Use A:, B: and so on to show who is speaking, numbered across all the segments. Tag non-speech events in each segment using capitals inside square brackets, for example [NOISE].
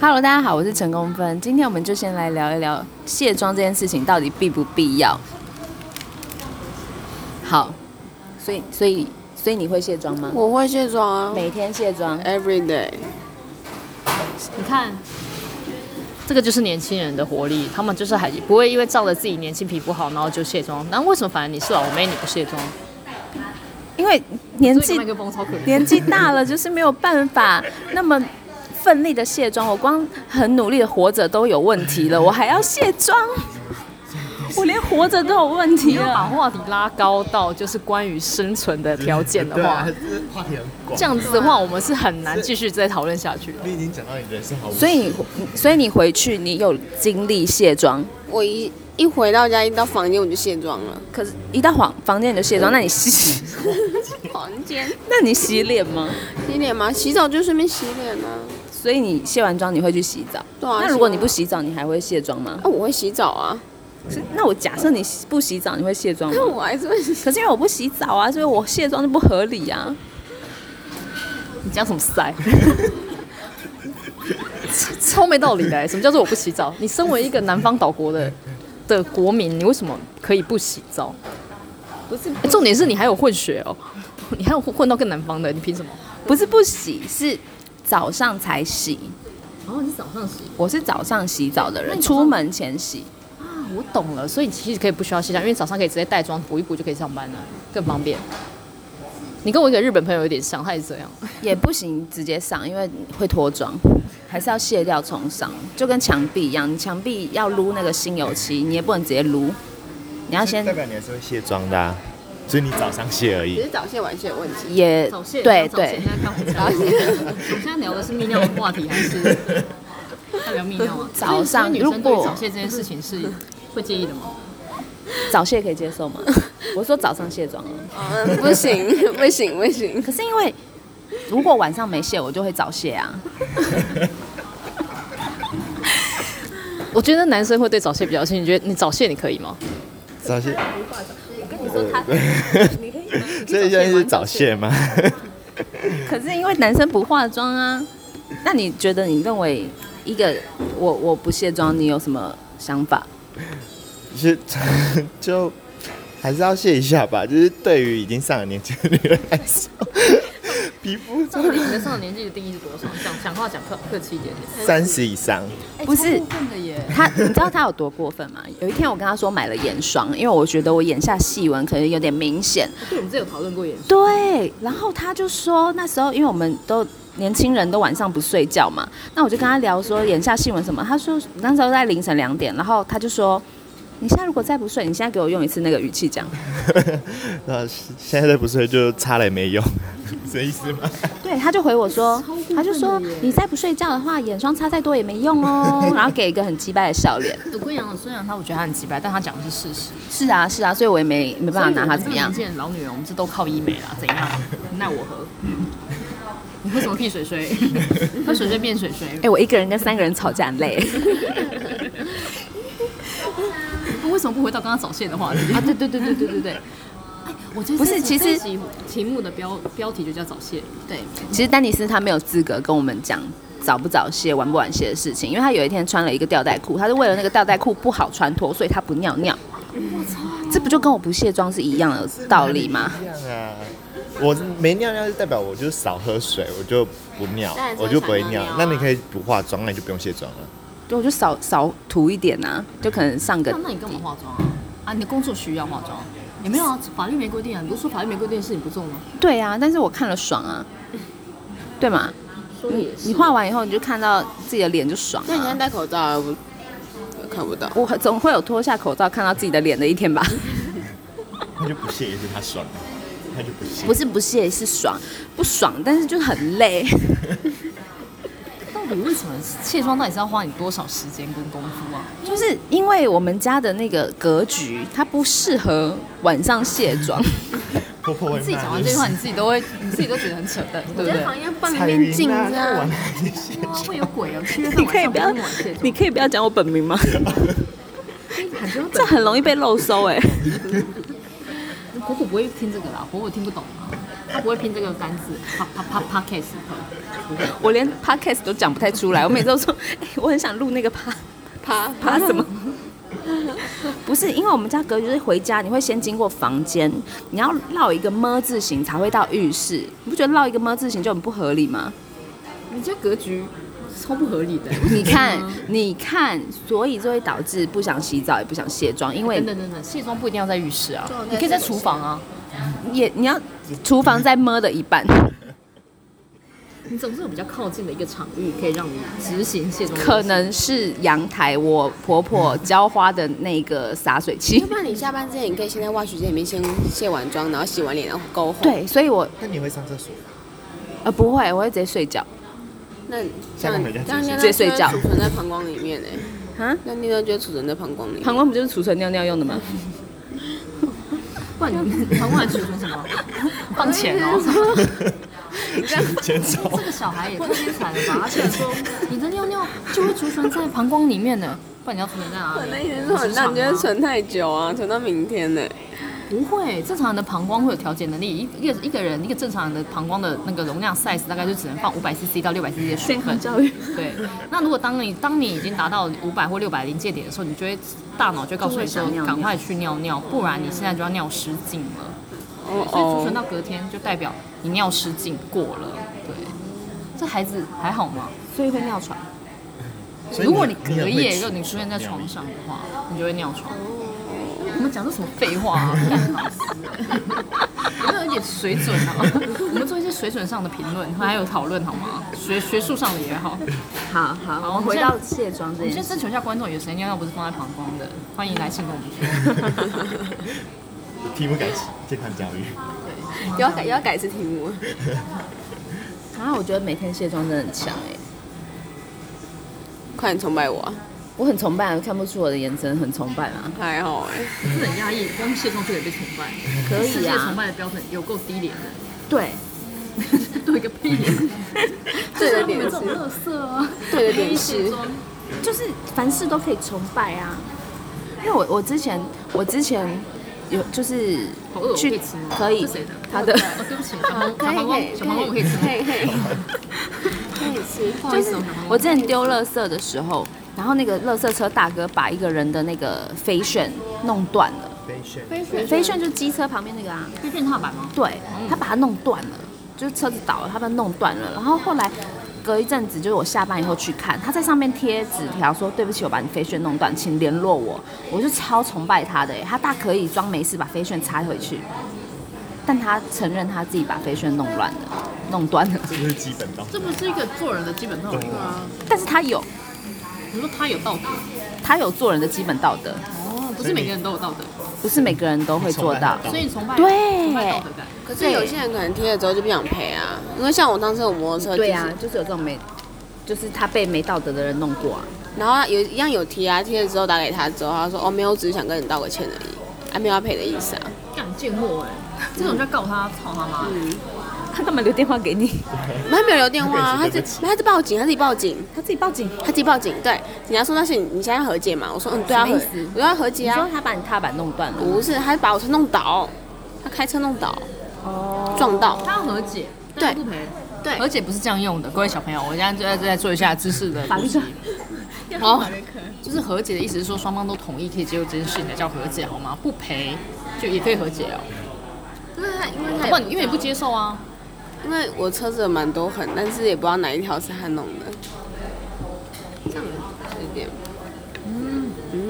A: Hello，大家好，我是陈功芬。今天我们就先来聊一聊卸妆这件事情到底必不必要。好，所以所以所以你会卸妆吗？
B: 我会卸妆啊
A: 每天卸妆，
B: ，every day。
C: 你看，这个就是年轻人的活力，他们就是还不会因为照着自己年轻皮肤好，然后就卸妆。那为什么反而你是老妹你不卸妆？
A: 因为年纪
C: 麦克风超可怜。
A: 年纪大了，就是没有办法 [LAUGHS] 那么奋力的卸妆。我光很努力的活着都有问题了，我还要卸
C: [LAUGHS]
A: 妆，我连活着都有问题
C: 你要把
A: 了。
C: 话题拉高到就是关于生存的条件的
D: 对
C: 话
D: 啊，，这话题很广。
C: 这样子的话，我们是很难继续再讨论下去的。
D: 你已经讲到你人生好无趣，
A: 所以，所以你回去，你有精力卸妆，
B: 我一一回到家，一到房间我就卸妆了。
A: 可是，一到房房间你就卸妆，那你洗， [LAUGHS]
B: 房间
A: 那你洗脸吗？
B: 洗脸吗？洗澡就顺便洗脸啊。
A: 所以你卸完妆，你会去洗澡。
B: 对
C: 哦
B: 啊
A: 那如果
B: 洗完
A: 你不洗澡，你还会卸妆吗？
B: 啊，我会洗澡啊，
A: 是那我假设你不洗澡，你会卸妆吗
B: 但？
C: [LAUGHS]
B: 我还是会洗。
A: 可是因为我不洗澡啊，所以我卸妆就不合理啊。
C: 你讲什
A: [LAUGHS]
C: 么塞？超没道理的、
A: 欸
C: 什么叫做我不洗澡？你身为一个南方岛国的的国民，你为什么可以不洗澡？
A: 不是
C: 欸重点是你还有混血哦， [LAUGHS] 你还有混混到更南方的，你凭什么？
A: 不是不洗，是早上才洗。
C: 然哦后你早上洗
A: 我是早上洗澡的人，
C: 你早上
A: 出门前洗。
C: 啊，我懂了，所以你其实可以不需要卸妆，因为早上可以直接带妆补一补就可以上班了，更方便。你跟我一个日本朋友有点像，他也这样。
A: 也不行直接上，因为会脱妆，还是要卸掉重上，就跟墙壁一样，你墙壁要撸那个新油漆，你也不能直接撸，你要先
D: 代表你还是会卸妆的、啊，只是你早上卸而
B: 只
D: 已。
B: 是早卸晚卸的问题。
A: 也对对，
C: [LAUGHS] 我们现在聊的是泌尿的话题还是 [LAUGHS] 要聊泌尿啊？
A: 早上
C: 所以所以
A: 如果
C: 这件事情是会介意的吗？
A: 早卸可以接受吗？我说早上卸妆啊，
B: 嗯， [LAUGHS] 不行， [LAUGHS] 不行，不行。
A: 可是因为如果晚上没卸，我就会早卸啊。
C: 我觉得男生会对早泄比较兴趣，你觉得你早泄你可以吗？
D: [LAUGHS] 早卸，所以现在是早卸吗？
A: 可是因为男生不化妆啊，那你觉得你认为一个我我不卸妆，你有什么想法？
D: 是 [LAUGHS] 就还是要卸一下吧，就是对于已经上了年纪的女人来说，皮肤
C: 到底你的上了年纪的定义是多少？讲讲话讲客客气一点 [LAUGHS]
D: 三十以上，
C: 点，
A: 不是
C: 超过分的耶。
A: 他，你知道他有多过分吗？ [LAUGHS] 有一天我跟他说买了眼霜，因为我觉得我眼下细纹可能有点明显。
C: 对，我们这有讨论过眼霜。
A: 对，然后他就说那时候因为我们都年轻人都晚上不睡觉嘛，那我就跟他聊说眼下细纹什么，他说那时候在凌晨两点，然后他就说你现在如果再不睡，你现在给我用一次那个语气讲。
D: 那现在不睡就擦了也没用， [LAUGHS] 这意思吗？
A: 对，他就回我说
C: 超过分，的
A: 他就说
C: 耶
A: 你再不睡觉的话，眼霜擦再多也没用
C: [LAUGHS]
A: 哦，然后给一个很鸡掰的笑脸。
C: 我跟你讲，虽然他我觉得他很奇白，但他讲的是事实。
A: 是啊，是啊，所以我也没没办法拿他怎么样
C: 年。纪的老女人，我们这都靠医美啦，怎 [LAUGHS] 样？奈我何？你喝什么屁水 [LAUGHS] 水？喝水水变水水。
A: 哎、我一个人跟三个人吵架很累
C: 那为什么哎不回到刚刚早泄的话题？哎
A: 啊！对对对对对对对，
C: 我觉得
A: 不是
C: 这
A: 其实
C: 这一集题目的标标题就叫早泄。
A: 对，其实丹尼斯他没有资格跟我们讲早不早泄、晚不晚泄的事情，因为他有一天穿了一个吊带裤，他是为了那个吊带裤不好穿脱，所以他不尿尿。嗯这不就跟我不卸妆是一样的道理吗？
D: 一样啊。我没尿尿就代表我就少喝水，我就不尿
B: 当然，是
D: 我就不会
B: 会想
D: 尿
B: 尿。尿
D: 那
B: 啊
D: 你可以不化妆，那你就不用卸妆了。
A: 对，我就少少涂一点啊，就可能上个
C: 那那你干嘛化妆啊？啊，你的工作需要化妆？也没有啊，法律没规定啊。你不是说法律没规定的事你不做吗？
A: 对啊，但是我看了爽啊，对嘛？
C: 说的也是。
A: 你画完以后，你就看到自己的脸就爽、
B: 那你现在
A: 啊。
B: 戴口罩啊，我我看不到。
A: 我总会有脱下口罩看到自己的脸的一天吧？
D: 他就不卸也是他爽，他就不卸。
A: 不是不屑，是爽，不爽，但是就是很累。
C: 到底为什么卸妆到底是要花你多少时间跟功夫啊？
A: 就是因为我们家的那个格局，它不适合晚上卸妆。
D: 婆婆会
C: 自己讲完这句话，你自己都会，你自己都觉得很扯淡，对不对？
B: 间放
D: 彩云啊，完了你卸
C: 啊会有鬼哦！七月
A: [LAUGHS]
C: 份
A: 你可以不要
C: 晚上跟我卸，妆
A: 你可以不要讲我本名吗？
C: 感觉
A: [LAUGHS] 这很容易被漏收哎、
C: 火火不会听这个啦，火火听不懂啊。他不会拼这个单字，啪啪啪啪 case。
A: 我连 podcast 都讲不太出来，我每次都说， [LAUGHS] 哎、我很想录那个 p
B: 啪
A: 爬 [LAUGHS] 什么？不是，因为我们家格局是回家，你会先经过房间，你要绕一个么字形才会到浴室，你不觉得绕一个么字形就很不合理吗？
C: 你这格局超不合 [LAUGHS] 理的。
A: 你看，你看，所以就会导致不想洗澡，也不想卸妆，因为
C: 等等等等，卸妆不一定要在浴室啊
B: 就，
C: 你可以在厨房啊。
A: 也你要厨房在么的一半，
C: 你总是有比较靠近的一个场域，可以让你执行卸妆。
A: 可能是阳台我婆婆浇花的那个洒水器
B: 要。不然你下班之前，你可以先在外洗间里面先卸完妆，然后洗完脸，然后勾红。，
A: 对，所以我
D: 那你会上
C: [LAUGHS]
D: 厕所 [LAUGHS] 吗？
A: 呃不会，我会直接睡觉
B: 那这
D: 下
B: 样
D: 班回家
B: 这样
D: 直接
B: 尿
A: 直接睡觉
B: 就会储存在膀胱里面呢、
A: 啊。
B: 那尿尿就会储存在膀胱里面。
A: 膀胱不就是储存尿尿用的吗？
C: 不然你
A: [LAUGHS]
C: 管管储存什么？放钱哦。
D: 先走。
C: 这个小孩也太天才了
A: [LAUGHS]
C: 吧！而且说你的尿尿就会储存在膀胱里面呢，不然你要储存在哪
B: 我
C: 里？
B: 那一天说很烂，哎你就会存太久啊，存到明天呢、
C: 不会，正常人的膀胱会有调节能力。一一个一个人一个正常人的膀胱的那个容量 size 大概就只能放五百 cc 到六百 cc 的水分。
A: 教育
C: 对，那如果当你当你已经达到五百或六百临界点的时候，你就会大脑就告诉你说
A: 就会想尿，尿
C: 赶快去尿尿，不然你现在就要尿失禁了。
B: 哦
C: 所以储存
B: 哦，
C: 到隔天就代表你尿失禁过了。对，这孩子还好吗？
A: 所以会尿床。
D: 所以
C: 如果你
D: 你
C: 隔
D: 很会
C: 夜
D: 吃
C: 就你出现在
D: 尿
C: 床上的话，你就会尿床。我们讲的什么废话啊？干老师有没有一点水准啊？我们做一些水准上的评论，还有讨论好吗？学学术上的也好。
A: 好好，我们回到卸妆这
C: 我们
A: 件
C: 先
A: 事。
C: 征求一下观众，有谁尿尿不是放在膀胱的？欢迎来信跟我们说。
D: 题
C: [LAUGHS]
D: 目改成健康教育，
B: 也要改也要改一次题目。
A: 啊，我觉得每天卸妆真的很强哎、
B: 快点崇拜我啊！
A: 我很崇拜，啊看不出我的眼神很崇拜啊吗？
B: 还好哎、
C: 真的很压抑，光卸妆就得被崇拜，
A: 可
C: 世
A: 以
C: 界崇
A: 啊，
C: 拜的标准有够低廉的， [LAUGHS]
A: 对，
C: 对个屁！
B: 对的点
C: 这
B: 是
C: 种，乐色啊，
B: 对的点
C: 卸
B: 是，
C: 妆
A: 就是凡事都可以崇拜啊。因为我我之前我之前有就是
C: 好饿，我可
A: 去
C: 以吃吗？
A: 可以
C: 这谁的？
A: 他的
C: 哦，对不起，小黄小黄瓜，小黄瓜我可以吃吗？
B: 可以
C: [LAUGHS]
B: 可以，可以吃。
C: 不好
A: 就
C: 意思
A: 是
C: 哦小黄瓜
A: 我之前丢垃圾的时候，然后那个垃圾车大哥把一个人的那个飞旋弄断了，
D: 飞旋
C: 飞旋
A: 飞旋就机车旁边那个啊，
C: 飞旋踏板吗？
A: 对他把它弄断了，就是车子倒了，他把它弄断了。然后后来隔一阵子，就是我下班以后去看，他在上面贴纸条说：“对不起，我把你飞旋弄断，请联络我。”我就超崇拜他的耶，他大可以装没事把飞旋插回去，但他承认他自己把飞旋弄乱了，弄断了。
D: 这就是基本道。
C: 这不是一个做人的基本道理吗？
A: 但是他有
C: 你说他有道德
A: 他有做人的基本道德，
C: 哦，不是每个人都有道德，
A: 不是每个人都会做到。
C: 所以你崇拜
A: 对
C: 崇拜道德感。
B: 可是有些人可能贴了之后就不想赔啊，因为像我当时有摩托车，
A: 对啊，，就是有这种没，就是他被没道德的人弄过啊。
B: 然后有一样有贴啊，贴了之后打给他之后，他说哦没有，我只是想跟你道个歉而已，还没有要赔的意思啊。
C: 干贱货哎，这种就要告他，操他妈！
A: 他干嘛留电话给你？
B: 他没有留电话啊，他
D: 他
B: 就
D: 跟你说对不起
B: 他就报警，他自己报警，
A: 他自己报警。
B: 他自己报警。对，警察说那是你你现在要和解嘛？我说嗯，对啊，
A: 什么
B: 和
A: 意思
B: 我说要和解
A: 你说
B: 啊。
A: 他把你踏板弄断了？
B: 不是，他把我车弄倒，他开车弄倒，
A: 哦，
B: 撞到。
C: 他要和解，但是
B: 对
C: 不赔。
B: 对
C: 和解不是这样用的，各位小朋友，我现在就在在做一下知识的
A: 法律上
C: 哦，就是和解的意思是说双方都同意可以接受这件事情才叫和解，好吗？不赔就也可以和解哦，
B: 因为
C: 不然你因为你不接受啊，
B: 因为我车子有蛮多痕，但是也不知道哪一条是他弄的。这样有点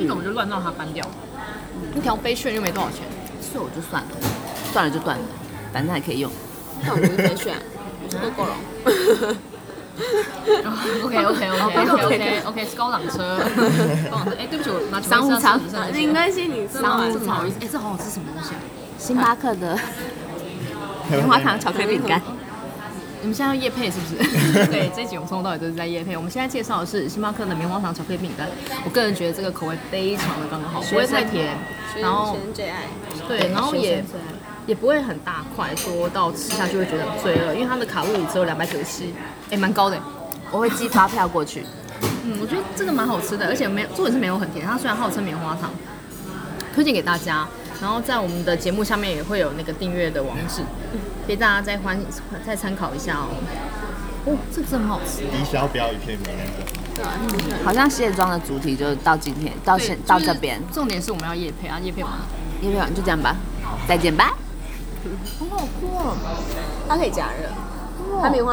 C: 这种就乱让他搬掉。一条飞旋又没多少钱，
A: 是我就算了，算了就断了，反正还可以用。
B: 那我们可以选，我是 GoGo
C: [LAUGHS]
B: 龙。
C: OK OK OK OK OK OK 哦是高档 [LAUGHS] 车，高档车。哎，对不起，我拿
A: 商务舱
B: 应该是你
C: 真的不好意思，哎，这好像是什么东西啊？
A: 星巴克 [LAUGHS] 的棉花糖巧克力饼干，
C: 你们现在要夜配是不是？ [LAUGHS] 对，这一集我们从头到尾都是在夜配。我们现在介绍的是星巴克的棉花糖巧克力饼干，我个人觉得这个口味非常的刚刚好，不会太甜，然后
B: 最爱，
C: 对，然后也也不会很大块，说到吃下去会觉得很罪恶，因为它的卡路里只有两百九十七，哎，蛮高的。
A: 我会寄发票过去。
C: 嗯，我觉得这个蛮好吃的，而且没有，重点是没有很甜。它虽然号称棉花糖，推荐给大家。然后在我们的节目下面也会有那个订阅的网址，可以大家再欢再参考一下哦。哦，这个真的很好吃。
D: 低消标一片没人管。
A: 好像卸妆的主题就是到今天，到
C: 对
A: 现
C: 就是
A: 到这边，
C: 重点是我们要夜配啊，夜配完了
A: 叶佩就这样吧，再见吧。
C: 很好酷哦。
B: 它可以加热，它棉花糖